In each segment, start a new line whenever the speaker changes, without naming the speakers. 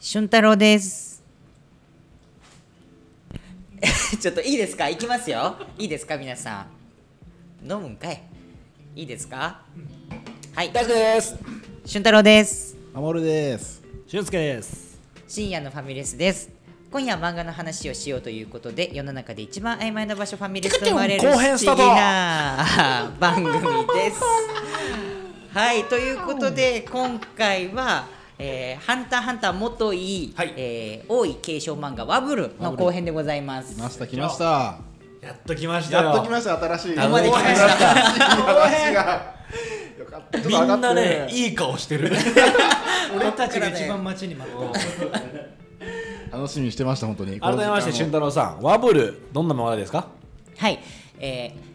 俊太郎です。
ちょっといいですか行きますよいいですか皆さん飲むんかいいいですかはい
大輔です。
俊太郎です。
アモルです。
俊介です
深夜のファミレスです今夜は漫画の話をしようということで世の中で一番曖昧な場所ファミレスと生まれる不
後
思
編ス
議
タート
な番組 ですはいということで今回は「えーハンターハンター」元いい、
はい
えー王位継承漫画「ワブル」の後編でございます
来ました来ました。
やっと来ましたよ
やっと来ました新しい
こまで来ました
話がよかったちょっと
み
上が
ん
って
な
る
ねいい顔してる俺たちが一番待ちに待ってる
楽しみにしてました本当に。
改めまして俊
こ
太郎さんワブルどんな漫画ですか
はい、えー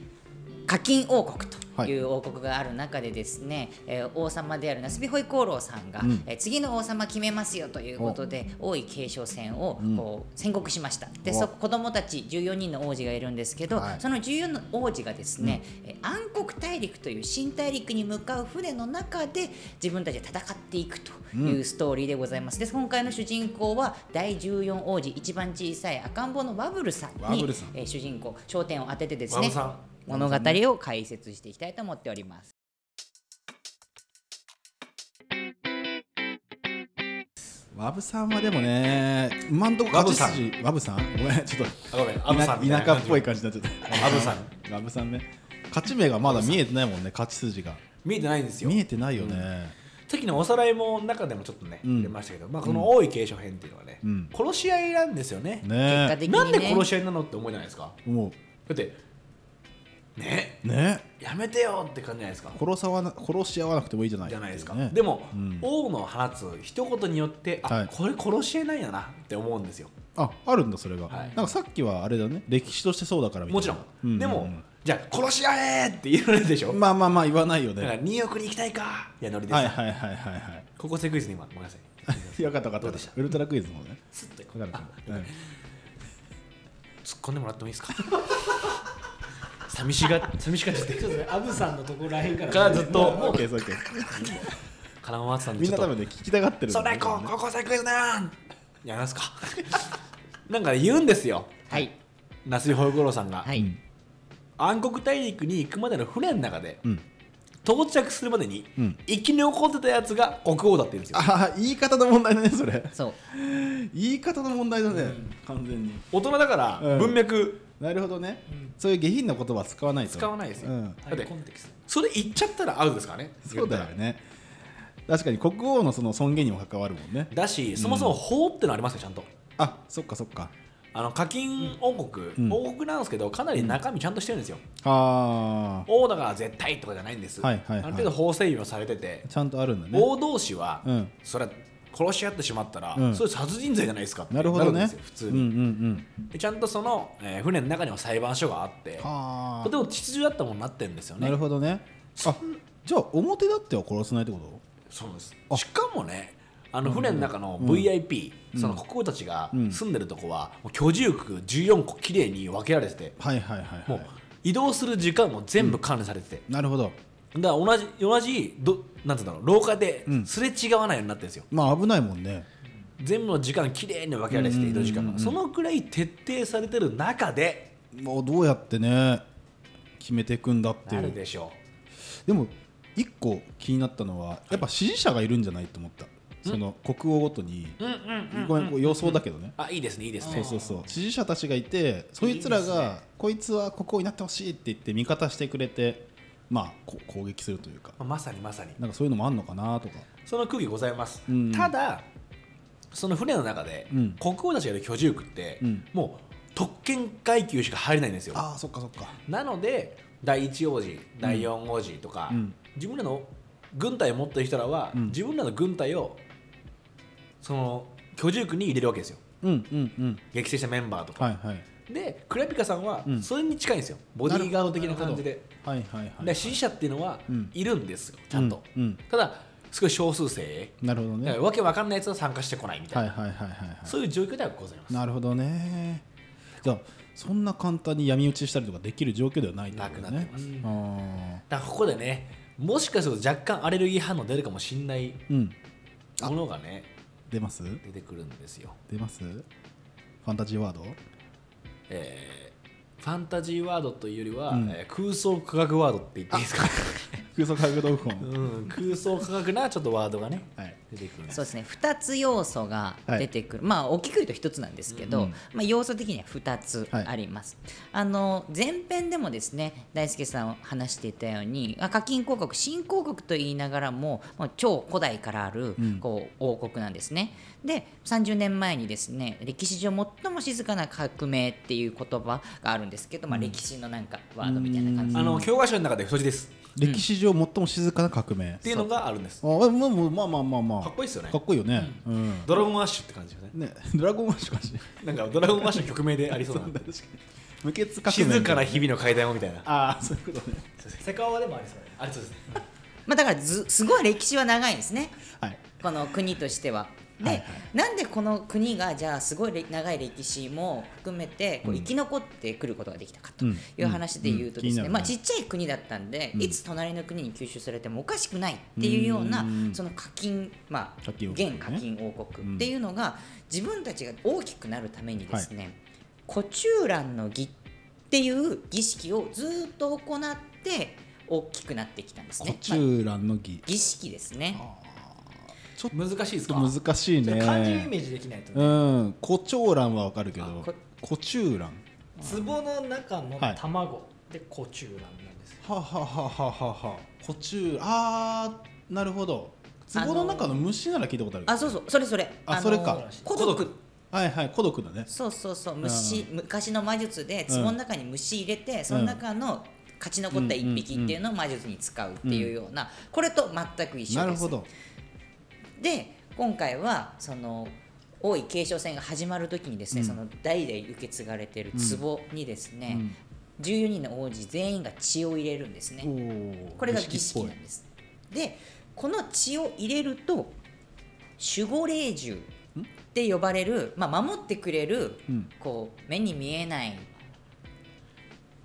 課金王国という王国がある中でですね、えー王様であるナスビホイコーローさんが、
ん
えー次の王様決めますよということで王位継承戦をこう宣告しました、でそ
お
子供たち14人の王子がいるんですけど、
はい
その14の王子がですね、えー暗黒大陸という新大陸に向かう船の中で自分たちで戦っていくというストーリーでございます、で今回の主人公は第14王子一番小さい赤ん坊のワブルさん
ワ
に
ブルさん
えー主人公焦点を当ててですね
和田さん
物語を解説していきたいと思っております
のワブさんはでもね、今んとこ勝ち筋ワブさん、ごめんちょっ
あごめん
と
アブさんみた
田
な
田舎っぽい
感
感じになっちゃっ
じアブさん
た。ワブさんね。勝ち目がまだ見えてないもんね勝ち筋が
見えてないんですよ
見えてないよね。
さっきのおさらいも中でもちょっとね
うん
出ましたけどまあこの王位継承編っていうのはね
うん
殺し合いなんですよね
果
ね
的にね
なんで殺し合いなのって思うじゃないですか
え。も
だってね
うね
やめてよって感じじゃないですか
殺さわな殺し合わなくてもいいじゃない。
じゃないですか、
ね
でも、
うん
王の放つ一言によってあ、
はい
これ殺し合いないんだなって思うんですよ
ああるんだそれが。
はい
なんかさっきはあれだね歴史としてそうだからみたいな
もちろん、
ううう
でもじゃあ殺し合えって言われるでしょ、
まあまあまあ言わないよ
だから
ね。
ニューヨークに行きたいかいやノリです、
はいはいはいはいはい。
ここセクイズに今ごめんなさ い
よかったよかった。
どうでした
ウルトラクイズのね。
スッと
わかるかなうん
突っ込んでもらってもいいですか寂しが寂しがってて
アブさんのとこらへんから
からずっとも
オ
う
ッケーオッケー。
絡まってたんで
みん
ち
な
ょっと
多分ね聞きたがってるん
そ
だ
れ
ね。
こんここセクイズなんやりますか なんか言うんですよ
はい
那須ホイコロさんが、
は
う
い、
ん
暗黒大陸に行くまでの船の中で、
うん
到着するまでに、
うん
生き残ってたやつが国王だって言うんですよ
ああ言い方の問題だねそれ。
そう
言い方の問題だね完全に。
大人だから
うん
文脈、
なるほどね。そういう下品な言葉は使わないと。
使わないですよ
うん
だってそれ言っちゃったらアウトですからね
そうだよね。確かに国王のその尊厳にも関わるもんね。
だしそもそも法ってのありますよちゃんと
あそっかそっか。
あの課金王国、
うん
王国なんですけどかなり中身ちゃんとしてるんですよ、
あ
王だから絶対とかじゃないんです、
はいはいはい
ある程度法整備もされてて
あ、ちゃんとあるんだね。
王同士は、
うん
それは殺し合ってしまったら、
うん
それ殺人罪じゃないですかって
なるほど
んで
ね
すよ普通
うん
に、
うん
でちゃんとその、えー船の中にも裁判所があって
うん。はあ
とて。も秩序だったものになってるんですよね
なるほどね。あじゃあ表だっては殺せないってこと
そうですしかもねあの船の中の VIP、その国王たちが
うん
住んでるとこは、もう居住区14個きれいに分けられてて、
はいはいはい、
も
は
う移動する時間も全部管理されてて、
い、なるほど
だから同じ同じどなんてうんだろう廊下で
うん
すれ違わないようになってるんですよ、
まあ危ないもんね
全部の時間きれいに分けられてて移動時間が、そのくらい徹底されてる中で
もうどうやってね決めていくんだってい
な
う
る
で
でしょ
も一個気になったのはやっぱ支持者がいるんじゃないと思ったその国王ごとに、
う、うんうん
ごめんこう予想だけどね、
あいいですねいいですね
そうそうそう支持者たちがいてそいつらがこいつは国王になってほしいって言って味方してくれてまあこう攻撃するというか
まあまさにまさに
なんかそういうのもあんのかなとか
その空気ございます、
うん
ただその船の中で、
うん
国王たちがいる居住区って、
うん
もう特権階級しか入れないんですよ
ああそっかそっか
なので第1王子第4王子とか、
うん
自分らの軍隊を持ってる人らは、
うん
自分らの軍隊をその居住区に入れるわけですよ
うんうんうん
激戦したメンバーとか、
はいはい
でクラピカさんは
うん
それに近いんですよ、ボディーガード的な感じで
はいはいはい
で支持者っていうのは
うん
いるんですよ、ちゃんと、
うんうん
ただすごい少数精
なるほど
鋭、
ね
わけわかんないやつは参加してこないみたいな、
はいはいはいはいはい
そういう状況ではございます。
なるほどねじゃあそんな簡単に闇討ちしたりとかできる状況ではないってこと
な
だ
くなっ
ね
てます
あー
だからここでね、もしかすると若干アレルギー反応出るかもしれない
うん
ものがね、
出ます
出てくるんですよ、
出ますファンタジーワード
えー、ファンタジーワードというよりは、
うん
えー空想科学ワードって言っていい ですか、
空想科学読本
うん、空想科学なちょっとワードがね
はい
出てくるんです
そうですね2つ要素が出てくる、まあ大きく言うと1つなんですけど、
うん
まあ、要素的には2つ
はい
あります、あの前編でもですね大輔さん話していたようにあ課金広告新広告と言いながらももう超古代からある
うん
こう王国なんですね、で30年前にですね歴史上最も静かな革命っていう言葉があるんですけど、まあ、歴史のなんかワードみたいな感じで
あの教科書の中で太字ですっ
歴史上最も静かな革命
ていうのがあるんです
あまあまあまあまあまあまあ
かっこいいですよね
かっこいいよねうん
ドラゴンアッシュって感じよね
ねドラゴンマッシュかし
なんかドラゴンアッシュの曲名であ りそうな
無血革命
静かな日々の階段をみたいな
ああそういうことね
セカオワでもありそうね
あ りそうですね
まあ、だからずすごい歴史は長いんですね
はい
この国としては。で、
はいはい
なんでこの国がじゃあすごいれ長い歴史も含めてこう生き残ってくることができたかと
うん
いう話で言うとですね、
うんうん
まあ、ちっちゃい国だったんで、いつ隣の国に吸収されてもおかしくないっていうような
うん
その課金、まあ、
課金王国ね
現課金王国っていうのが自分たちが大きくなるためにですね、コチューランの儀っていう儀式をずっと行って大きくなってきたんです
コ
ね。
チューランの儀
まあ儀式ですね。
ちょっと難しいで
ち
すか
ょっと難しい
ちょっ
ね
と漢字イメージできないと
う
ね
んコチョウランはわかるけ
あ
ど
こ
コチューラン
壺の中の
はい
卵でコチューランなんですよ
はあはあはあはあはあコチューあーなるほど壺の中の虫なら聞いたことあるけど
あそうそうそれそれ
あ
の
それか
孤独
孤独
はいはい孤独だね
そうそうそう虫昔の魔術で
うん
壺の中に虫入れて、その中の勝ち残った一匹っていうのを魔術に使うっていうような、これと全く一緒です
なるほど
で今回はその王位継承戦が始まる時にですね、
うん
その代々受け継がれてる壺にですね、
うん
14人の王子全員が血を入れるんですね、
おお
これが儀式なんですでこの血を入れると守護霊獣って呼ばれる、まあ、守ってくれる、
うん
こう目に見えない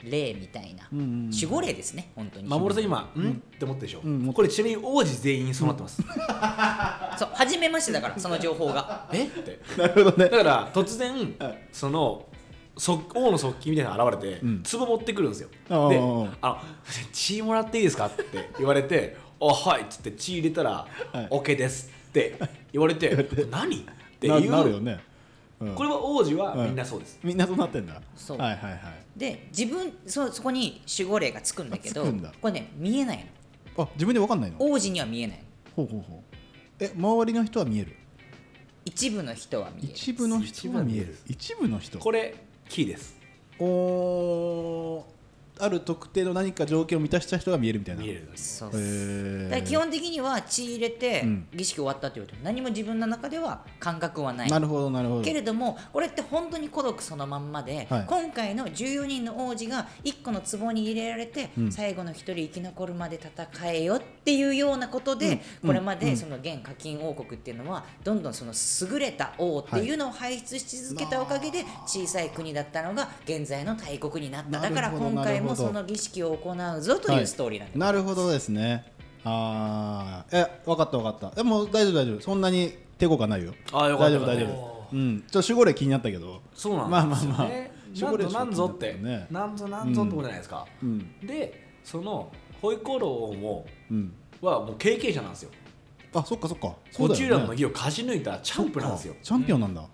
霊みたいな、
うんうんうん
守護霊ですね本当に
守るさん今、んって思ったでしょ、
うん
これちなみに王子全員そうなってます、
そう初めましてだからその情報が
えって
なるほどね
だから突然そのそ王の側近みたいなのが現れて、
うん
壺持ってくるんですよで「
ああ
あの血もらっていいですか?」って言わ れて「あはい」っつって血入れたら
はい
「OK です」って言われて 「これ何?」って
な
いう
なるよねうん
これは王子はみんなそうです、
みんなそうなってんだ
そう
はいはいはい
で自分そそこに守護霊がつくんだけど
つくんだ
これね見えないの
あ自分でわかんないの
王子には見えない
ほうほうほうえ周りの人は見える
一部の人は見える
一部の人は見える一部の人
これキーです
おーある特定の何か条件を満たした人が見えるみたいな
見える
そう
へ
だ
ー
から基本的には血入れて
うん
儀式終わったって言われても何も自分の中では感覚はない
なるほどなるほど
けれどもこれって本当に孤独そのまんまで、
はい
今回の14人の王子が1個の壺に入れられて、
うん
最後の1人生き残るまで戦えよっていうようなことで、
うん
これま
うんう
で
ん
その現課金王国っていうのはどんどんその優れた王っていうのを輩出し続けたおかげで小さい国だったのが現在の大国になっただから
なるほど
今回も
なるほ
そ
ど
の儀式を行うぞと
は
いう
い
ストーリーなんです。
なるほどですねあーえ分かった分かったえもう大丈夫大丈夫そんなに抵抗感ないよ
あーよかった
大丈夫大丈
よか
夫うんちょっと守護霊気になったけど
そうなん
まあまあまあ
まあなんぞなんぞって、
ね
なんぞなんぞってことじゃないですか、
うん
でそのホイコローも
うん
はもう経験者なんですよ
あそっかそっか
コチューラン
そうだよ
の
ね
儀を勝ち抜いたチャンプなんですよ
そっかチャンピオンなんだ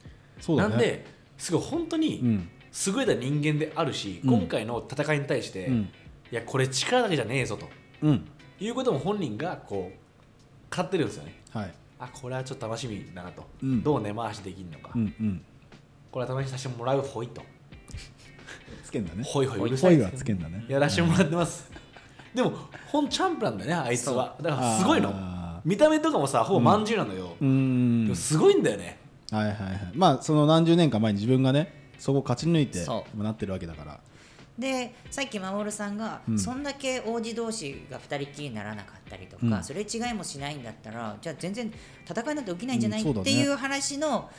そうだね
なんですごい本当
う
に
ん
優れた人間であるし、
うん
今回の戦いに対して、
う
い
ん
やこれ力だけじゃねえぞと
うん
いうことも本人がこう語ってるんですよね
はい
あこれはちょっと楽しみだなと、
うん
どう根回しできるのか、
うんうん
これは楽しみさせてもらうほいと
つけんだね
ほいほいうるさ
声
い
がつけんだね
やらしてもらってますでも本チャンプなんだよねあいつはだからすごいの
あー
見た目とかもさほぼまんじゅうなのよ、
うーん
でもすごいんだよね
はいはいはいまあその何十年か前に自分がねそこを勝ち抜いて
そ
なってるわけだから
でさっき守さんが、
うん
そんだけ王子同士が2人きりにならなかったりとか、
うん
それ違いもしないんだったらじゃあ全然戦いなんて起きないんじゃない、
うんそうだ
っ
ね
ていう話の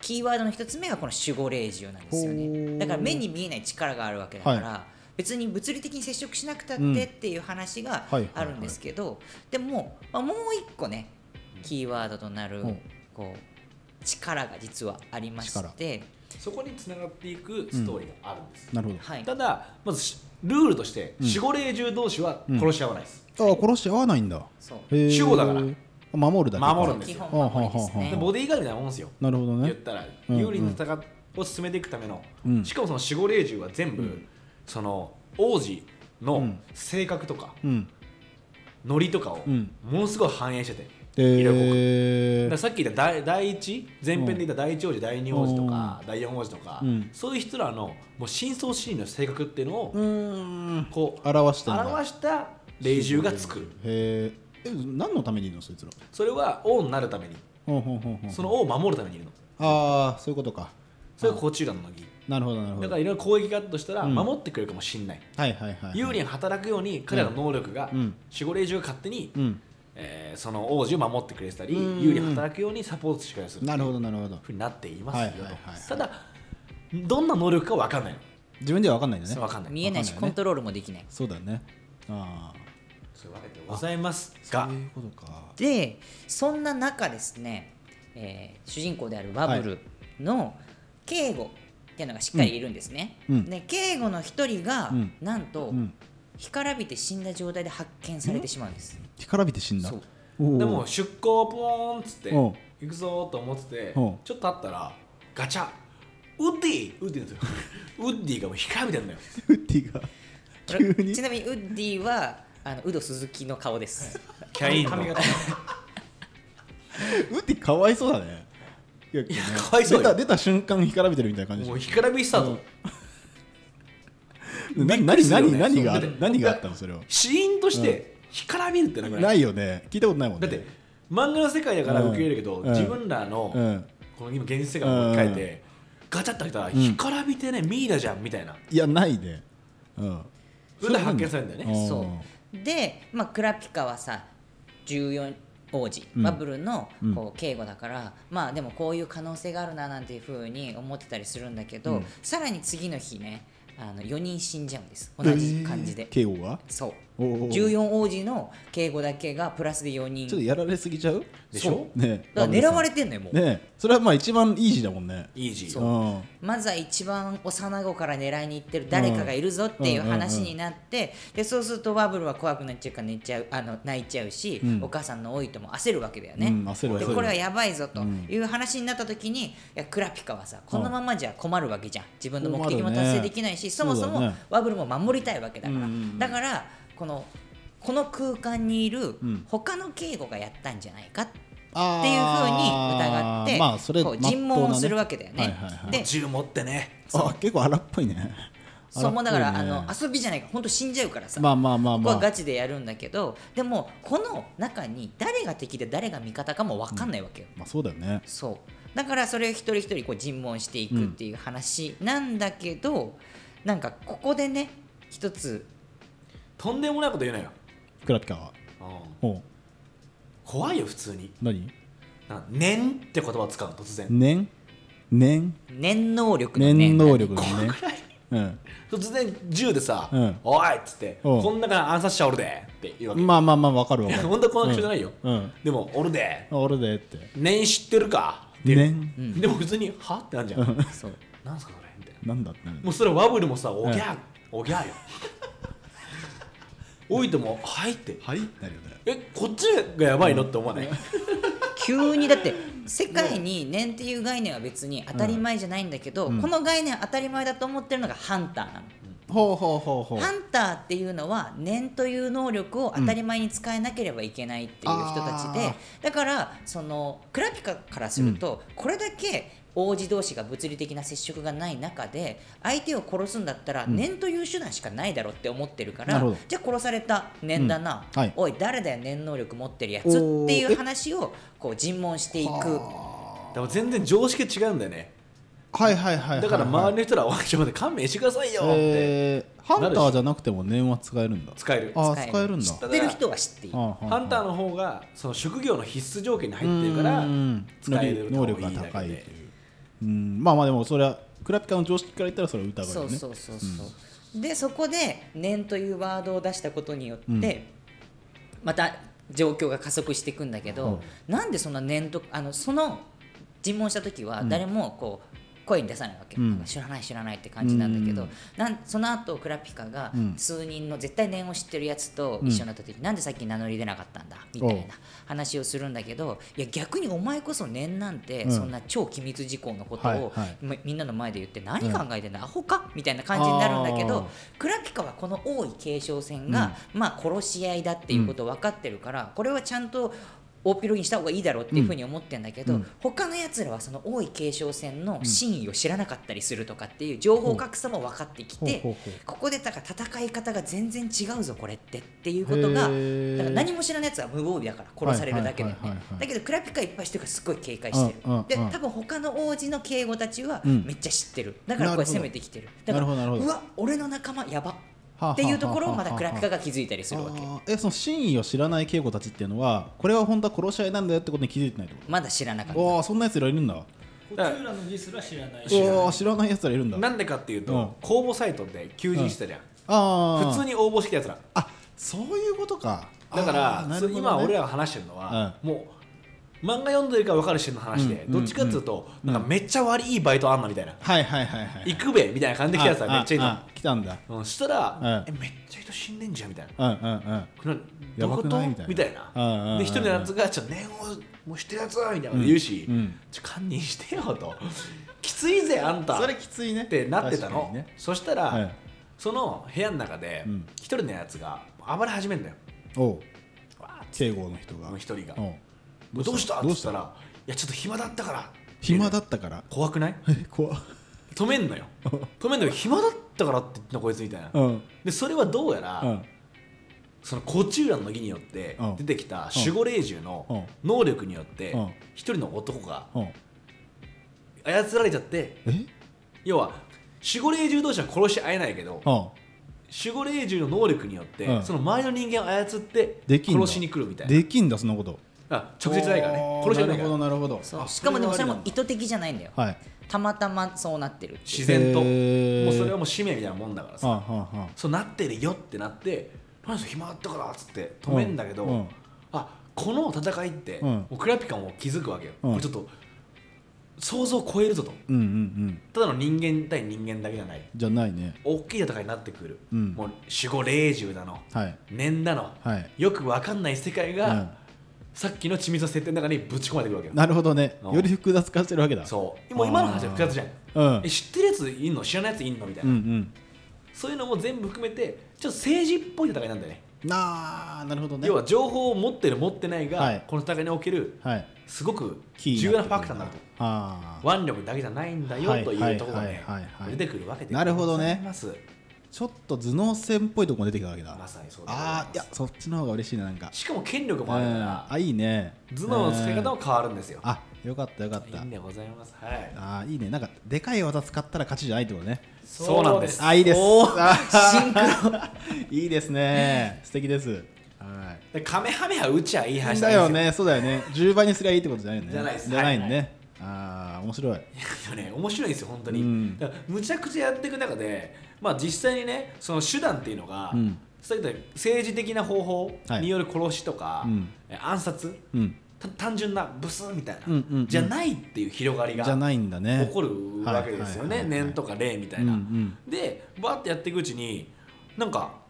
キーワードの一つ目がこの守護霊獣なんですよ
ほ
ね
ー
だから目に見えない力があるわけだから、
は
別に物理的に接触しなくたっ
うん
てっていう話が
はいはいはい
あるんですけど、でも、まあ、もう一個ねキーワードとなる、
うん
こう力が実はありまして、
そこにつながっていくストーリーがあるんです、
なるほど、
はい、
ただまずしルールとして守護霊獣同士は殺し合わないです、
ああ殺し合わないんだ
そう
へー
守護だから
守るだけか
守るんです
基
よ
本守りです
うん
ね
でボディーガードみたいなもんですよ
なるほど
言
ね
ったら
うん
有利に戦いを進めていくための、
うん
しかもその守護霊獣は全部、その王子
う
の
ん
性格とか、
うん
ノリとかを
うん
ものすごい反映して
で
て、色濃くだからさっき言った第第一前編で言った第一王子、第二王子とか、第四王子とか、
うん
そういう人らのもう深層心理の性格っていうのを、
うーん
こう
表したんだ
表した霊獣が作る
へーえ何のためにいるのそいつら
それは王になるために
ほんほんほんほん
その王を守るためにいるの
ああそういうことか
それが甲虫団の儀
なるほどなるほ
だ
ど
から
はい
いろいろ攻撃があったとしたら
うん
守ってくれるかもしれない、
はいはい
有利に働くように彼らの能力が、
うん
守護霊獣が勝手に、
うん
えーその王子を守ってくれてたり、
うん
有利に働くようにサポートしてくれたりする
なるほどなるほど
ふうになっていますよ、
はいはいはいはい
ただどんな能力か分かんないの、
自分では分かんないんだね
分かんない
見えないし
わかんない
コン
ね
トロールもできない
そうだねああ
そういうわけでございますが
そういうことか
でそんな中ですね、えー主人公であるバブルの警護っていうのがしっかりいるんですね、
うん
で警護の一人が、
うん
なんと、
うん
干からびて死んだ状態で発見されてしまうんです、
干からびて死んだ
そう
おお
でも出航ポーンっつって
うん
行くぞーと思っててち
うん
ょっとあったらガチャウッディウッディなんです よウッディがもう控えみたいなんだよ
ウッディが急に
ちなみにウッディはあのウド鈴木の顔です、
キャインの
髪型
ウッディかわいそうだね結構ね
いやかわいそうよ
出た出た瞬間干からびてるみたいな感じ
も
で
う
し
干からびしたと
ょな何
びっくりするよ
何
ね
何が
そうだって
何があったのそれは
死因として干からびるってなくな
ないいよね聞いたことないもん
だ
ね
って漫画の世界だから
うん
受け入れるけど
うん
自分らの
うん
この今現実世界を変えてガチャって開けたら干からびてねミイラじゃんみたいない
やないねうん
それで発見されるんだよね
うん
そうで、まあ、クラピカはさ14王子
うん
バブルの
うん
こう警護だから、まあでもこういう可能性があるななんていうふうに思ってたりするんだけど、
うん
さらに次の日ねあの4人死んじゃうんです同じ感じで、
慶応が
そう
おうおうおう
14王子の警護だけがプラスで4人
ちょっとやられすぎちゃう
でしょ
ねえ
だから狙われてんのよもう、
ねえそれはまあ一番イージーだもんね
イージー
うん
まずは一番幼い子から狙いに行ってる誰かがいるぞっていう話になって、でそうするとバブルは怖くなっちゃうから寝ちゃうあの泣いちゃうし、
うん
お母さんの老いとも焦るわけだよね。
うん焦る
で
焦る
これはやばいぞという話になった時に、いやクラピカはさこのままじゃ困るわけじゃん自分の目的も達成できないし、そ
困
も
る
そ
ねそうだ
も
ね
バブルも守りたいわけだから、
うんうんうん
だからこのこの空間にいる
ん
他の警護がやったんじゃないかって
あー
いうふうに疑って、
まあそれ
こう尋問
まっとう
を
なね
するわけだよね。
はいはいはい
で
銃持ってね
あ結構荒っぽいね
そうもうだから、
荒
あ
っぽいね
の遊びじゃないから本当死んじゃうからさ、
まあまあまあ
こ
ま
こは
あ
ガチでやるんだけどでもこの中に誰が敵で誰が味方かも分かんないわけよ、
まあそうだよね
そうだからそれを一人一人こう尋問していくっていう話なんだけど、なんかここでね一つ
とんでもないこと言うなよ
クラピカは
うん
おう
怖いよ普通に
何
なんか念って言葉を使うの突然
年年
念能力の
年
念
能力のね
怖くない
うん
突然銃でさ「
うん
おい!」っつって「
うん
こん中から暗殺者おるで!」って言うわけ、
まあまあまあわかるわ
い
か
や
る
本当はこんな人じゃないよ、
うん
でも「おるで!
俺でって」
念知ってるかっていう
年
でも普通に「は?」ってなんじゃん
そう
なんすかそれみたいな
なんだってなる
もうそれワブルもさ「おぎゃー、おぎゃーよ」 おいとも「はい」って
はいなるよね
えこっちがやばいのって思わない、
急にだって世界に念っていう概念は別に当たり前じゃないんだけど、
うん
この概念当たり前だと思ってるのがハンターなの。
ほうほうほうほう
ハンターっていうのは念という能力を当たり前に使えなければいけないっていう人たちで、
うんあー
だからそのクラピカからすると、これだけ王子同士が物理的な接触がない中で相手を殺すんだったら念という手段しかないだろうって思ってるから、
なるほど
じゃあ殺された念だな、
うんはい
おい誰だよ念能力持ってるやつっていう話をこう尋問していく。
でも全然常識違うんだよね
はいはいはいはいはい
だから周りの人ら「おいちょっと待って勘弁してくださいよ」って
えーハンターじゃなくても念は使えるんだ
使える
あ
使え
ー
る
使えるんだ
知ってる人は知っている。
ハンター
の
の方がその職業の必須条件に入ってるから使える
能力が高いといううんまあまあでもそれはクラピカの常識から言ったらそれは疑う
そ
よ
う
ね
そうそうそう、でそこで「念」というワードを出したことによって、また状況が加速していくんだけど、なんでそんな念とあのその尋問した時は誰もこう声に出さないわけ、
うん
知らない知らないって感じなんだけど、
うん
なんその後クラピカが
うん
数人の絶対念を知ってるやつと一緒になった時、なんでさっき名乗り出なかったんだみたい
おう
な話をするんだけどいや逆にお前こそ念なんて
うん
そんな超機密事項のことを
はいはい
みみんなの前で言って何考えてんだ、アホかみたいな感じになるんだけ
あー
どクラピカはこの王位継承戦が、まあ殺し合いだっていうことを分かってるから、これはちゃんと大ピロギにした方がいいだろうっていうふうに思ってんだけど、
うん
他のやつらはその王位継承戦の真意を知らなかったりするとかっていう情報格差も分かってきて、
ほうほうほう
ここでだから戦い方が全然違うぞこれってっていうことが
へー
だから何も知らないやつは無防備だから殺されるだけだよ
は
ね
いはいはいはい
だけどクラピカいっぱいしてるからすごい警戒してる、
うんうんうん
で多分他の王子の警護たちは
うん
めっちゃ知ってる、だからこれ攻めてきてるだから
なるほどなるほど
うわ俺の仲間やば
はあ
っていうところをまだ
はあ
ク
はあ
ラピカが気づいたりするわけ
あーえその真意を知らない稽古たちっていうのはこれは本当は殺し合いなんだよってことに気づいてないってこ
まだ知らなかっ
と
た
おおそんなやつらいるんだお
コチューラの字すら知らないし
おー知らないやつらいるんだ
なんでかっていうと、
うん
公募サイトで求人してたじゃん、
あー
普通に応募してきたやつら
あそういうことか
だから、そう今俺ら
は
が話してるのは、もう漫画読んでるから分かる人の話で、
うん
どっちかっていうと、なんかめっちゃ悪いバイトあんなみたいな、
はいはいはいはい
行くべみたいな感じで来たやつらめっちゃいる
あああ来たんだ
の、うん、したら、
うん
えめっちゃ人死んでんじゃんみたいな
うんうんうん
これどういうこ
やばく
と
ない
み
み
た
た
い
い
な
なうんうんうん
で一人のやつが「ちょっと念をもうしてるやつは」みたいなこと言うし「
うんうん
ちょ堪忍してよ」と 「きついぜあんた」
それ
っ
きついねって
なってたの、そしたら、
はい
その部屋の中で
うん
一人のやつが暴れ始めるんだよ
おう
わーっつ
警
っ
護の人
て
が
もう一人が
おう
「どうした?」っ
どう
つっ
したた
ら「いやちょっと暇だったから」
暇だったから
怖くない
え怖っ
止めん のよ止めんのよ暇だったからって言ってんのこいつみたいな、
うん
でそれはどうやら、
うん
そのコチューランの儀によって
うん
出てきた守護霊獣の能力によって
うん
一人の男が
うん
操られちゃって
えうん
要は守護霊獣同士は殺し合えないけど守護霊獣の能力によって
うん
その周りの人間を操って
できんの
殺しに来るみたいな
できんだそんなこと
あ直接ないからね
おー
殺し合えないか
なるほ
ら
どなるほど
そう
あ
しかもでもそれも
あり
意図的じゃないんだよ
なんだはい
たまたまそうなってる
自然と
へー
もうそれはもう使命みたいなもんだから
はあ
さ
はあはあ
そうなってるよってなって何それ暇だったからっつって止めんだけど、
うんうん
あこの戦いって、
うん
もうクラピカも気づくわけよ、
うん
これちょっと想像を超えるぞと
うんうんうん
ただの人間対人間だけじゃない
じゃないね
大きい戦いになってくる、
うん
もう守護霊獣だの
はい
念だの、
はい
よくわかんない世界が、
うん
さっきの緻密な設定の中にぶち込まれてくるわけよ
なるほどね
うん
より複雑化してるわけだ
そうもう今の話は複雑じゃん
うん
え知ってるやついんの知らないやついんのみたい
うん
な、
うん
そういうのも全部含めてちょっと政治っぽい戦いなんだよね
なあなるほどね
要は情報を持ってる持ってないが、
はい
この戦いにおける
はい
すごく
キー
重
に
要
な
な
って
フ
くる
ァクターになると
ああ
腕力だけじゃないんだよ
はい
というところがね
はいはいはいはい
出てくるわけで
なるほどね
ございます
ちょっと頭脳戦っぽいとこも出てきたわけだ
まさにそうでございます
ああいやそっちの方が嬉しいななんか
しかも権力
うん
もあるから
あいいね
頭脳の使い方も
うん
変わるんですよ
あよかったよかっ
いい
た
んでございますはい
あーいいねなんかでかい技使ったら勝ちじゃないってことね
そうなんです
あいいです
シンクロ
いいですね素敵ですはい
でカメハメハ打ちゃいい話なん
だ
です
よね、そうだよね。10倍にすりゃいいってことじゃないよね。
じゃないです
じゃないね。ああ、面白い。
でも ね面白いんですよ本当に、
うん
だからむちゃくちゃやっていく中でまあ実際にねその手段っていうのが、
うん
そういった政治的な方法
はい
による殺しとか、
うん
え暗殺
うん。
た単純なブスみたいな、
うんうんうん
じゃないっていう広がり
じ
が
ゃないんだね。
起こるわけですよね、
はいはいはいはい
念とか霊みたいな。
うんうん
でバーってやっていくうちになんか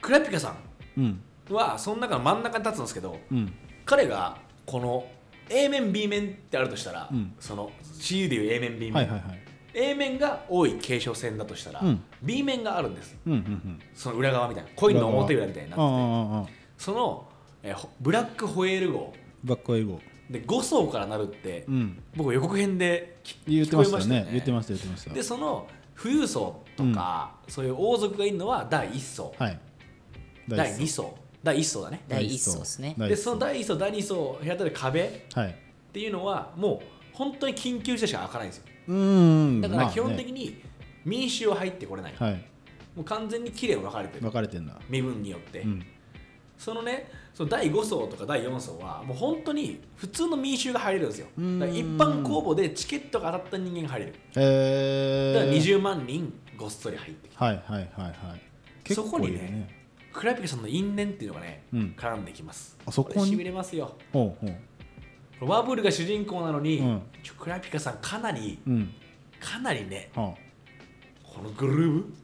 クラピカさ
うん。
んはその中の真ん中に立つんですけど、
うん。
彼がこの A 面 B 面ってあるとしたら、
うん
その CU でいう A 面 B 面、
はいはいはい。
A 面が多い継承戦だとしたら、
うん
B 面があるんです
うんうんうん。
その裏側みたいなコインの表裏みたいにな
ああ
ってて
ああああ。
その、えーほブラックホエール号
バック英語。
で5層からなるって、
うん。
僕予告編でき
言ってましたよね。言ってま
し
した言ってました。
でその富裕層とか、そういう王族がいるのは第1層、
はい。
第2層第1層だね
第一層ですね
第一
で
層
その第1層第2層部屋で壁
はい。
っていうのはもう本当に緊急事態しか開かないんですよ
うーん。
だか
まあ
ら
ね
基本的に民衆は入ってこれない、
はい。
もう完全に綺麗に分かれてる
分かれてんだ。
身分によって、
うん。
そのねその第5層とか第4層はもう本当に普通の民衆が入れるんですよだ
うん
から一般公募でチケットが当たった人間が入れる
え
だ
ー。
から20万人ごっそり入ってきて
はいはいはいはい。結
そこ
構い
に
る
ね。クラピカさんの因縁っていうのがね、
うん
絡んできます
あそこに
しびれますよ
ほうほう。
ワーブルが主人公なのに、
うん
ちょクラピカさんかなり
うん
かなりね
は
このグルー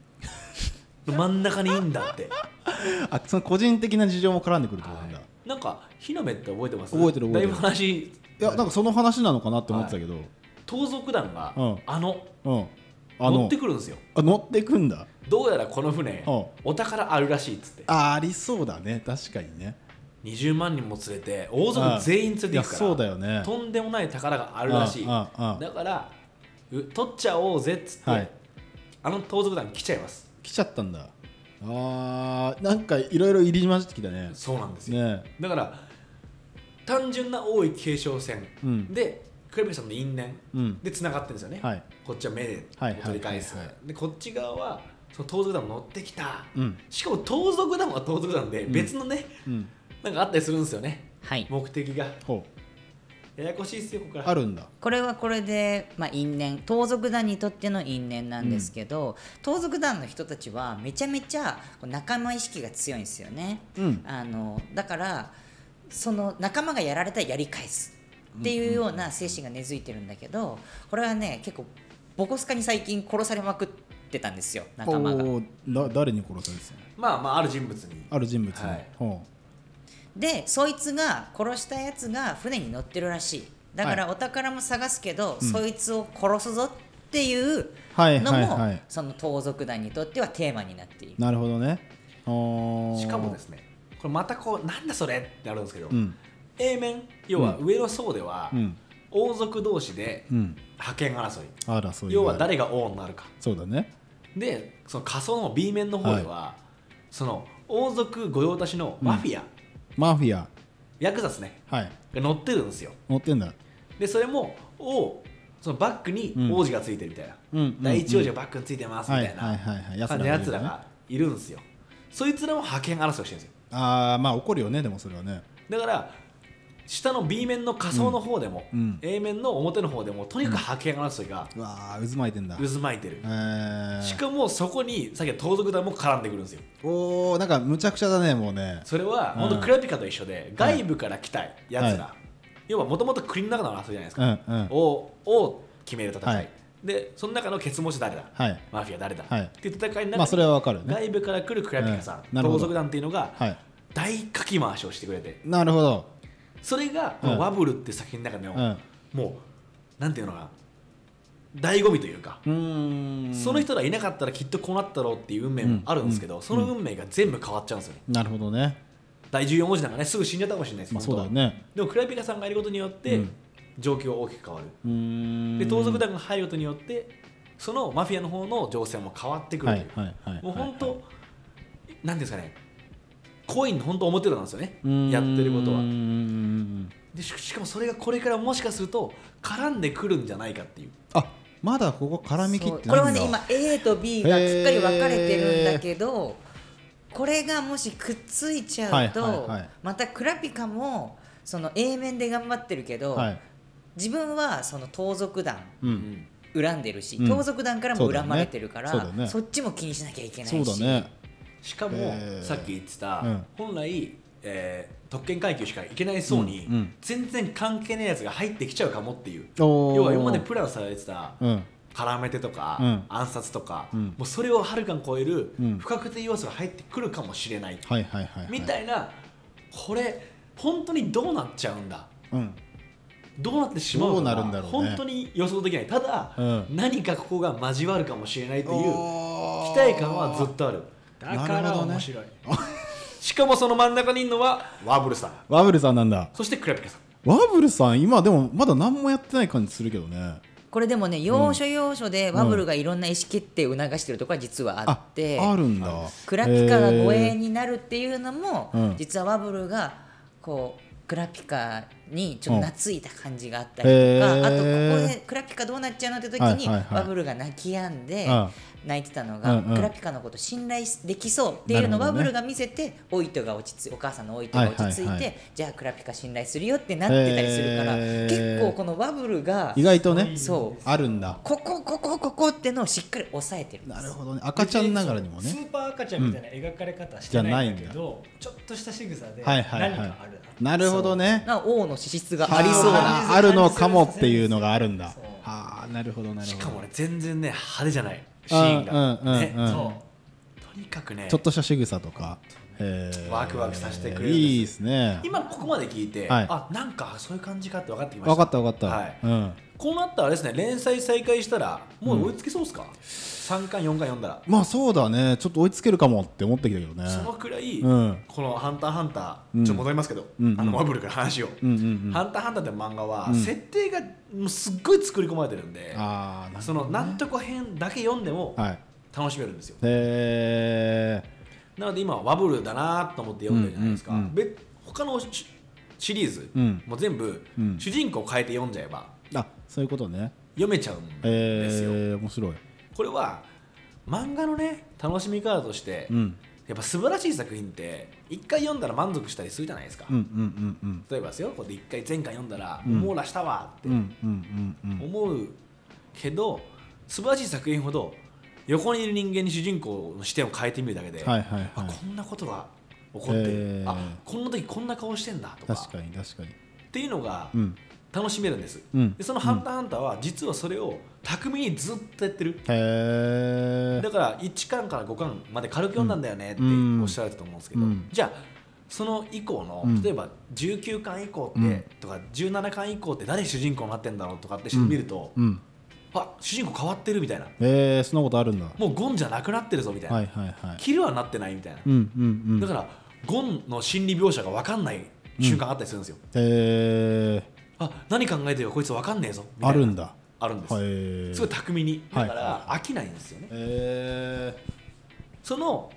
ブの真ん中にいいんだって
ああその個人的な事情も絡んでくるってことなんだ、
なんか火の目って覚えてます
覚えてる覚えてる
だいぶ話
い、やなんかその話なのかなって思ってたけど、
盗賊団が、
うん
あの
うんあ
乗っ
の
てくるんですよ
あ乗ってくんだ
どうやらこの船、
うん
お宝あるらしいっつって
あありそうだね確かにね
20万人も連れて王族全員連れていくから
いやそうだよね
とんでもない宝があるらしい
うんうんうん
だからう取っちゃおうぜっつって、
はい
あの盗賊団来ちゃいます
来ちゃったんだあーなんかいろいろ入り混じってきたね
そうなんですよ、
ね
だから単純な王位継承戦、
うん
でクレビさんの因縁
うん
でつながってるんですよね、
はい
こっちは目で
はいはい
取り返す、
はいは
でこっち側はその盗賊団乗ってきた、
うん
しかも盗賊団は盗賊団で別のね、
うん
なんかあったりするんですよね
はい
目的が
ほ
ややこしいっすよここか
う
ら
あるんだ
これはこれで、まあ、因縁盗賊団にとっての因縁なんですけど、盗賊団の人たちはめちゃめちゃ仲間意識が強いんですよね、
うん
あのだからその仲間がやられたらやり返すっていうような精神が根付いてるんだけどこれはね結構ボコスカに最近殺されまくってたんですよ仲間が。
おーだ誰に殺されてたの
まあまあある人物に
ある人物に、
はい
ほ
でそいつが殺したやつが船に乗ってるらしいだからお宝も探すけど、そいつを殺すぞっていう
はい
のも、
はいはい
その盗賊団にとってはテーマになっていうる
なるほどねほー
しかもですねこれまたこうなんだそれってなるんですけど、
うん
A 面要は上の層では、
うん
王族同士で
うん
覇権争い、
あらそういう
要は誰が王になるか
そうだね
でその仮想の B 面の方では、その王族御用達のマフィア、
マフィア
ヤクザですね
はい
が乗ってるんですよ
乗ってんだ
でそれも王そのバックに王子がついてるみたいな、
うんうん
第一王子がバックについてますみ
は
た
い
い
はいはいはい
な感じのやつらがいるんですよそいつらも覇権争いをしてるんですよ
ああまあ怒るよねでもそれはね
だから下の B 面の仮想の方でも、
うんうん
A 面の表の方でもとにかく覇権争いが
うわー渦巻いてんだ
渦巻いてる、
えー、
しかもそこにさっきの盗賊団も絡んでくるんですよ
おおなんかむちゃくちゃだねもうね
それは
うん
本当クラピカと一緒で外部から来たやつら、
は
要はもともと国の中の争いじゃないです
うん
か、
うん
をを決める戦い、
はい
でその中の決持者誰だ、
はい
マフィア誰だ、
はい
っていう戦いの中に
まあそれはわかるね
外部から来るクラピカさん
う、んなるほど
盗賊団っていうのが
はい
大かき回しをしてくれて
なるほど
それがこの
うん
ワブルって作品の中
う
の、
ん
もうなんていうのかな醍醐味というか、
うーん
その人らいなかったらきっとこうなったろうっていう運命もあるんですけど、その運命が全部変わっちゃうんですよね、
なるほどね
第14王子なんかねすぐ死んじゃったかもしれないです、
まあ
本
そう
当
だ
は
よね
でもクラピカさんがいることによって、
うん
状況は大きく変わる、
うーん
で盗賊団が入ることによってそのマフィアの方の情勢も変わってくるという、
はいはいはい
もう本当、
は
なんていうんですかねコインの本当表なんですよね
うーん
やってることは
うーん
でししかもそれがこれからもしかすると絡んでくるんじゃないかっていう
あまだここ絡み切って
これ
な
はい
んだ
ね今 A と B がすっかり分かれてるんだけどこれがもしくっついちゃうと、
はいはいはい
またクラピカもその A 面で頑張ってるけど、
はい
自分はその盗賊団
うん
恨んでるし、
うん
盗賊団からも恨まれてるから
そ
そ,、
うだよねそ
っちも気にしなきゃいけない
そ
し
うだね
しかも、
えー
さっき言ってた、
うん
本来、えー特権階級しか行けないそうに、
うんうん
全然関係ないやつが入ってきちゃうかもっていう
おー
要は今までプランされてた、
うん
絡めてとか、
うん
暗殺とか、
うん
もうそれをはるかに超える
うん
不確定要素が入ってくるかもしれない、
はいはいはいは
みたいなこれ本当にどうなっちゃうんだ
うん
どうなってしまうの
どう
か
なるんだろうね
本当に予想できないただ、
うん
何かここが交わるかもしれないという
おー
期待感はずっとある
だ
な
か
る
ら
ほどね
面白い、
しかもその真ん中にいるのはワーブルさん
ワブルさんなんだ
そしてクラピカさん
ワブルさん今でもまだ何もやってない感じするけどね
これでもね要所要所でワブルがいろんな意思決定を促してるところは実はあって、
ああるんだ
クラピカが護衛
へー
になるっていうのも、
うん
実はワブルがこうクラピカにちょっと懐いた感じがあったり
うん
とか、
へー
あとここでクラピカどうなっちゃうのって時に、
はいはいはい
ワブルが泣き止んで
うん
泣いてたのが、
うんうん
クラピカのこと信頼できそうっていうのを
なる
ワ
ほどね
ブルが見せてオイトが落ち着いお母さんのオイトが落ち着いて、
はいはいはい
じゃあクラピカ信頼するよってなってたりするから、
へ
結
ー
構このワブルが
意外とね
そう
あるんだ
ここここここってのをしっかり抑えてるんです
なるほどね赤ちゃんながらにも
ス
ね
ーパー赤ちゃんみたいな描かれ方してないんだけど、ちょっとした仕草で
はいはい
何か
は
ある
いなるほどね
な王のの資質がありそう
は
な
ああるのかもっていうのがあるんだはあなるほどなる
し
ほど
かもね全然ね派手じゃないシーンが、
うんうんうんうん
ねそうとにかくね
ちょっとした仕草とか、えー
ワクワクさせてくれる
いいですね
今ここまで聞いて、
はい
あなんかそういう感じかって分かってきました
分かった分かった、
はい
うん
こうなったらあれですね連載再開したらもう追いつきそうっすか、3巻4巻読んだら、
まあそうだねちょっと追いつけるかもって思ってきたけどね
そのくらい、
うん
この「ハンターハンター」
うん
ちょっと戻りますけど、
うんうん
あのマブルから話を、
うんうんうん
ハンターハンター」って漫画は、
うん
設定がもうすっごい作り込まれてるんで
ああ
そのなんとか編だけ読んでも
はい
楽しめるんですよ、
え
なので今はワブルだなと思って読んでるじゃないですか、
うんうんうん
別他のしシリーズ、
うん
もう全部、
うん
主人公変えて読んじゃえば
ー、あそういうことね
読めちゃうん
え
ですよ、
ー、面白い
これは漫画のね楽しみ方として、
うん
やっぱ素晴らしい作品って一回読んだら満足したりするじゃないですか、
うんうんうんうん
例えばですよこうやって一回前回読んだら、
うん
網羅したわって
うんうんうんうん
思うけど素晴らしい作品ほど横にいる人間に主人公の視点を変えてみるだけで、
はいはい
あ
は
こんなことが起こってる、
えー
あこんな時こんな顔してんだと
い
か
確かに確かに
っていうのが
うん
楽しめるんです、
うん
でその「ハンターハンター」は実はそれを巧みにずっとやってる、
へえ
だから1巻から5巻まで軽く読んだんだよねって
うん
おっしゃられたと思うんですけど、
うん
じゃあその以降の、
うん
例えば19巻以降って、
うん
とか17巻以降って誰主人公になってんだろうとかってしてみると、
うん
あ主人公変わってるみたいな
えー、そんなことあるんだは
もうゴンじゃなくなってるぞみたい
い
な、
はいはい
キルはなってないみたいな、
うんうんうん
だからゴンの心理描写が分かんない瞬間あったりするんですよ、
え
あ何考えてるかこいつ分かんねえぞ
ー、
みたい
あ
な
るんだ
あるんです、
はいえ
すごい巧みに
は
だ
い
から飽きないんですよね、
え
その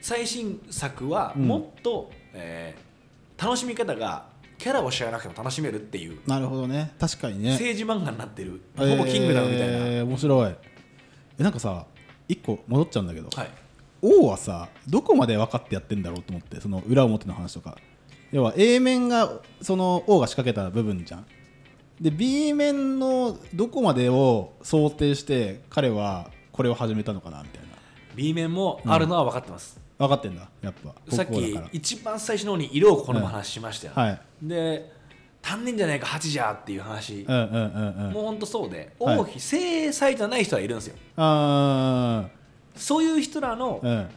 最新作は
うん
もっと、えー楽しみ方がキャラを知らなくても楽しめるっていう
ー、なるほどね確かにね
政治漫画になってる、ほぼキングダムみたいな、
えー面白いえなんかさ一個戻っちゃうんだけど、
はい、
王はさどこまで分かってやってんだろうと思ってその裏表の話とか要は A 面がその王が仕掛けた部分じゃんで B 面のどこまでを想定して彼はこれを始めたのかなみたいな
B 面もあるのは分かってます、
分かってんだやっぱ
さっ
国王
き
だから
一番最初の方に色を好む話しましたよ、
はい
で単年じゃないか八じゃっていう話、
うんうんうんう
も
ん
うほんとそうで、
はい
王妃正妻じゃない人はいるんですよ
あ
そういう人らの
ーうん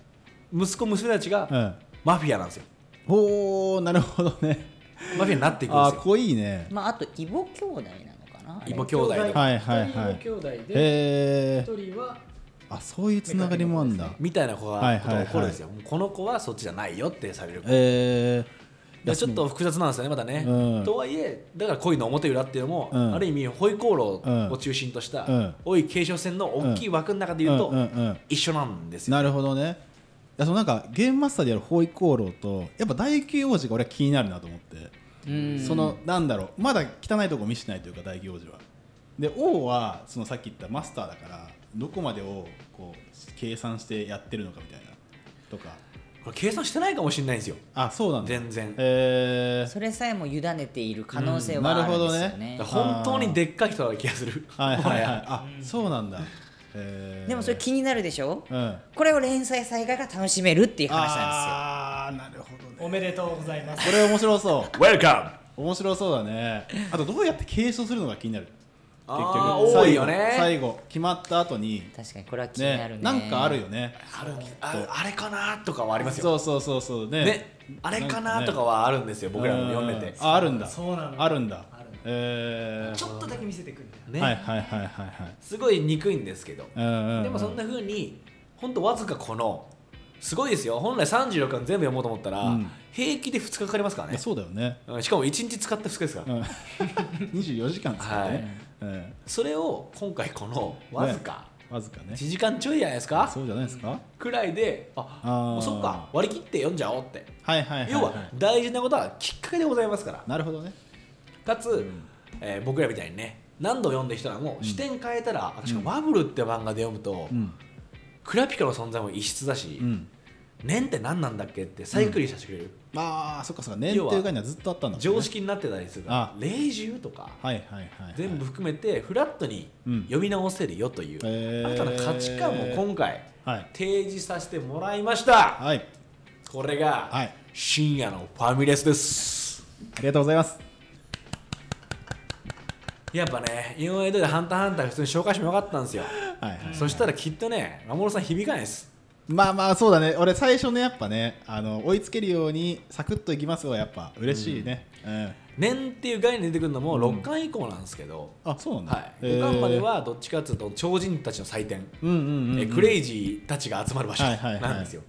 息子娘たち
う
が
ん
マフィアなんですよ
おーなるほどね
マフィアになっていくん
あ
です
ー
よ
濃いね
まあ、あとイボ兄弟なのかなあれ
イボ兄弟とか
はいはいはい
二人の兄弟で
へえ
一人は
あそういうつながりもあんだ
みたいな子
は
が
い
ことが起こるんですよ、もうこの子はそっちじゃないよってされる、
え
いやちょっと複雑なんですよねまたね、
うん
とはいえだから恋の表裏っていうのも、
うん
ある意味ホイコーローを中心とした、
うん
多い継承戦の大きい枠の中で
ー
言うと、
うんうんうん
一緒なんですよ
なるほどねいやそのなんかゲームマスターでやる包囲航路とやっぱ第9王子が俺は気になるなと思ってそのなんだろうまだ汚いとこ見せてないというか第9王子はで王はそのさっき言ったマスターだからどこまでをこう計算してやってるのかみたいなとか
これ計算してないかもしれないんですよ
あそうなんだ
全然
えー
それさえも委ねている可能性
うん
はあるんです
な
よ
るほどね
ね
だから本当にでっかい人だ気がする
はいはいはい
もはや
あそうなんだえー
でもそれ気になるでしょ
うん
これを連載再開が楽しめるっていう話なんで
ああーなるほどね
おめでとうございます。
これ面白そう
ウェルカム
面白そうだねあとどうやって継承するのが気になる結局
あー多いよね
最後最後決まった後に
すよ確かにこれは気になるね
ねなんかあるよね
あるああれかなとかはありますよ
そうそうそうそうね
ねあれかなとかはあるんですよ僕らも読んでて
ああるんだ
そうなの
あるんだ
ある
え
ちょっとだけ見せてくんだ
ー
ね、
よ。
はいはいはいはいはい
すごい憎いんですけど、
うんうんうん
でもそんな風に本当わずかこのすごいですよ本来36巻全部読もうと思ったら、
うん
平気で2日かかりますから
いや
ね
そうだよね
うんしかも1日使って2日ですから、
うん 24時間使ってねうん
それを今回このわずか
わずかね
1時間ちょいじゃないですか
そうじゃないですか
くらいであ
あー
そっか割り切って読んじゃおうって
はいはいはい
要
は
はい大事なことはきっかけでございますから
なるほどね
かつ、えー僕らみたいにね何度読んできたらもう視点変えたら、確かワブルって漫画で読むと、
うん
クラピカの存在も異質だし、
うん
年って何なんだっけって再クリさせてくれる、
ああそっかそっか年っていう概念はずっとあったんだもんね
常識になってたりする
あ
から霊獣とか、
はいはいはいはい
全部含めてフラットに
うん
読み直せるよという、
へー
新たな価値観を今回
はい
提示させてもらいました
はい
これが、
はい
深夜のファミレスです
ありがとうございます
やっぱね、井上でハンターハンター普通に紹介してもよかったんですよ。
はいはい
そしたらきっとね、守さん響かないです。
まあまあそうだね俺最初ねやっぱねあの追いつけるようにサクッといきますがやっぱ嬉しいね、うん
年っていう概念出てくるのも6巻以降なんですけど、
あそうなんだ、
はい、
えー
5巻まではどっちかっていうと超人たちの祭典、
うんうんうん、うん、
えクレイジーたちが集まる場所
はいはいはい
なんですよ。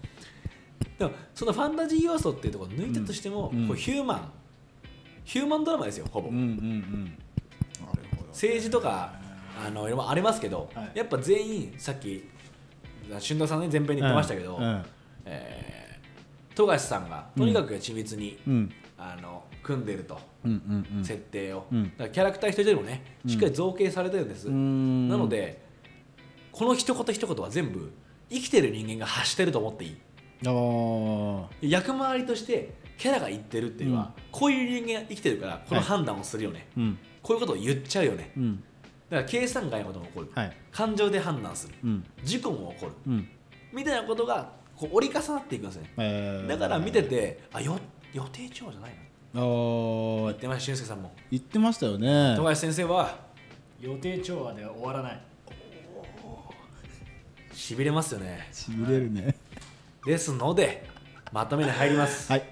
でもそのファンタジー要素っていうところを抜いたとしても、
うん
こうヒューマンヒューマンドラマですよほぼ、
うんうんうんなるほど
政治とかあのいろいろありますけど、
はい
やっぱ全員さっき俊太さんね前編に言ってましたけど、
うんうん
えー富樫さんがとにかく緻密に、
うん
あの組んでると、
うんうんうん
設定を、
うん
だからキャラクター一人一人もねしっかり造形されてるんです、
ん
なのでこの一言一言は全部生きてる人間が発してると思っていい
あー
役回りとしてキャラが言ってるっていうのは、こういう人間が生きてるからこの
はい
判断をするよね、
うん
こういうことを言っちゃうよね
うん
だから計算外のことも起こる、
はい
感情で判断する
うん
事故も起こる
うん
みたいなことがこう折り重なっていくんですね
えー
だから見ててあよ予定調和じゃない
あ
の
ー
言ってました俊介さんも
言ってましたよね
富樫先生は
予定調和では終わらない
しびれますよね
しびれるね
ですのでまとめに入ります
はい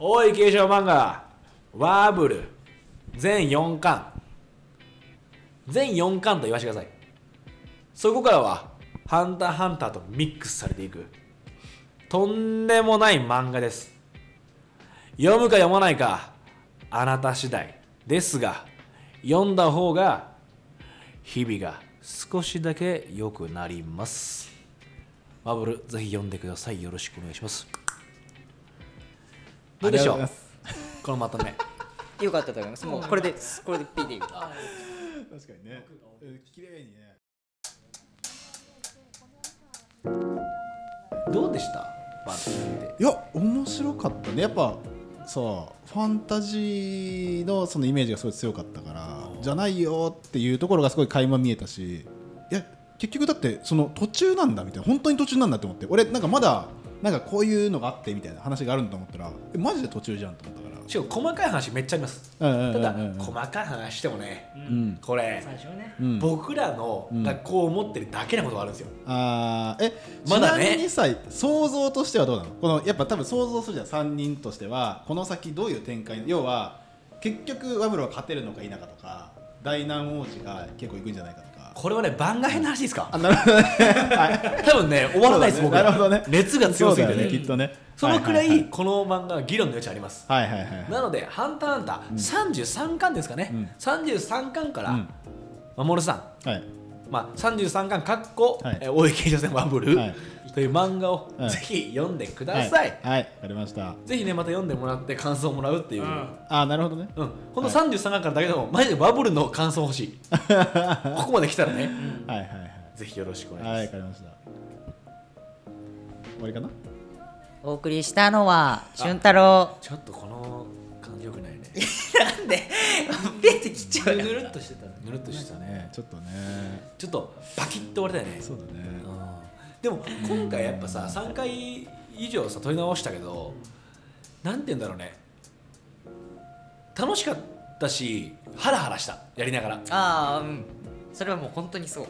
大井継承漫画「ワーブル」全4巻全4巻と言わせてくださいそこからは「ハンターハンター」とミックスされていくとんでもない漫画です読むか読まないかあなた次第ですが読んだ方が日々が少しだけ良くなりますワーブルぜひ読んでくださいよろしくお願いしますどうでしょ
ありがとござい
う
ます
このまとめ
よかったと思いますもうこれでこれでピッていく
確かにねうん綺麗にね
どうでしたバンドって
いや面白かったねやっぱさファンタジーのそのイメージがすごい強かったからじゃないよっていうところがすごい垣間見えたしいや結局だってその途中なんだみたいな本当に途中なんだと思って俺なんかまだなんかこういうのがあってみたいな話があるんだと思ったらえマジで途中じゃんと思ったから
しかも細かい話めっちゃあります
うんうんうん
ただ
うんうん
細かい話してもね
うん
これ
最初はね
うん
僕らのがこう思ってるだけなことがあるんですよ
あーえ
ま
ま
だ
だね
ね
ちなみにさ想像としてはどうなのこのやっぱ多分想像するじゃん三人としてはこの先どういう展開要は結局ワブロは勝てるのか否かとか大難王子が結構いくんじゃないかとか
これはね番外編の話ですか
あなる ほどね
多分ね終わらないです
そう
僕
だね
ら
なるほどね
熱が強すぎて
そうだよ
ね
きっとね
そのくら
はい
この漫画は議論の余地あります
いはいはいはいはい
なので「ハンターハンター」33巻ですかね、
うん
33巻か
う
ら
ん
守さん
はい
まあ、33巻かっこ、
はい
えー大井慶女戦ワブル、
はい
という漫画を、
うん
ぜひ読んでください、
はいはいわかりました
ぜひねまた読んでもらって感想をもらうっていう、うん
あーなるほどね
この33巻からだけでも、マジでバブルの感想欲し いここまで来たらね
はいはいはい
ぜひよろしくお願
はい
いします、
わかりました終わりかな
お送りしたのは俊太郎
ちょっとこの感じよくないね
なんでピッて切っちゃう
ぬ
よ
るっとしてたぬるっとしてたね
ねちょっとね
ちょっとバキッと終わりたいね
そうだね
うんでも今回やっぱさ3回以上さ撮り直したけどなんて言うんだろうね楽しかったしハラハラしたやりながら
ああうんそれはもう本当にそう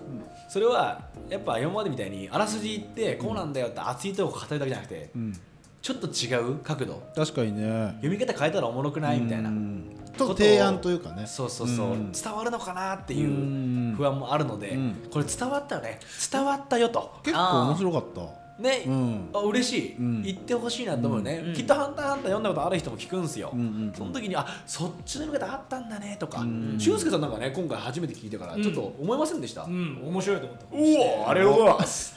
それはやっぱ今までみたいにあらすじ言ってこうなんだよって熱いとこ語るだけじゃなくて
うん
ちょっと違う角度
確かにね
読み方変えたらおもろくないみたいな
うんちょっと提案というかね
そうそうそう、
ん
伝わるのかなってい
うん
う不安もあるので、
うん
これ伝わったよね伝わったよと
結構面白かった
ね、
うん
あ嬉しい、
うん
言ってほしいなと思うね、
うん
きっと「ハンターハンター」読んだことある人も聞くんですよ、
うんうん
その時にあそっちの読み方あったんだねとか、
うん
俊介さんなんかね今回初めて聞いてから
うん
ちょっと思いませんでした、う
うん面白いと思った
おありがとうございます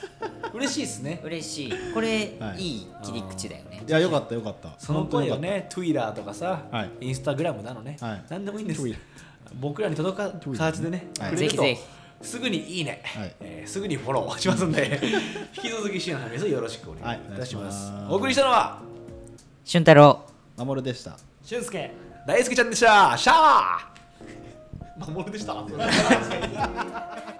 嬉しいですね
嬉しいこれ、
はい
い、い切り口だよね
いやよかったよかった
その声を
本
ね Twitter とかさ、
はい
インスタグラムなのね、
はい
何でもいいんです
Twitter
僕らに届か形でね、
はい
くれると
ぜひぜ
すぐにいいね、
はい
えーすぐにフォローし ます んで引き続き週の話をよろしくお願いいたします,、
はいお願いします
お送りしたのは
俊太郎
当によかった守でした
俊介
大好きちゃんでしたシャワー守でした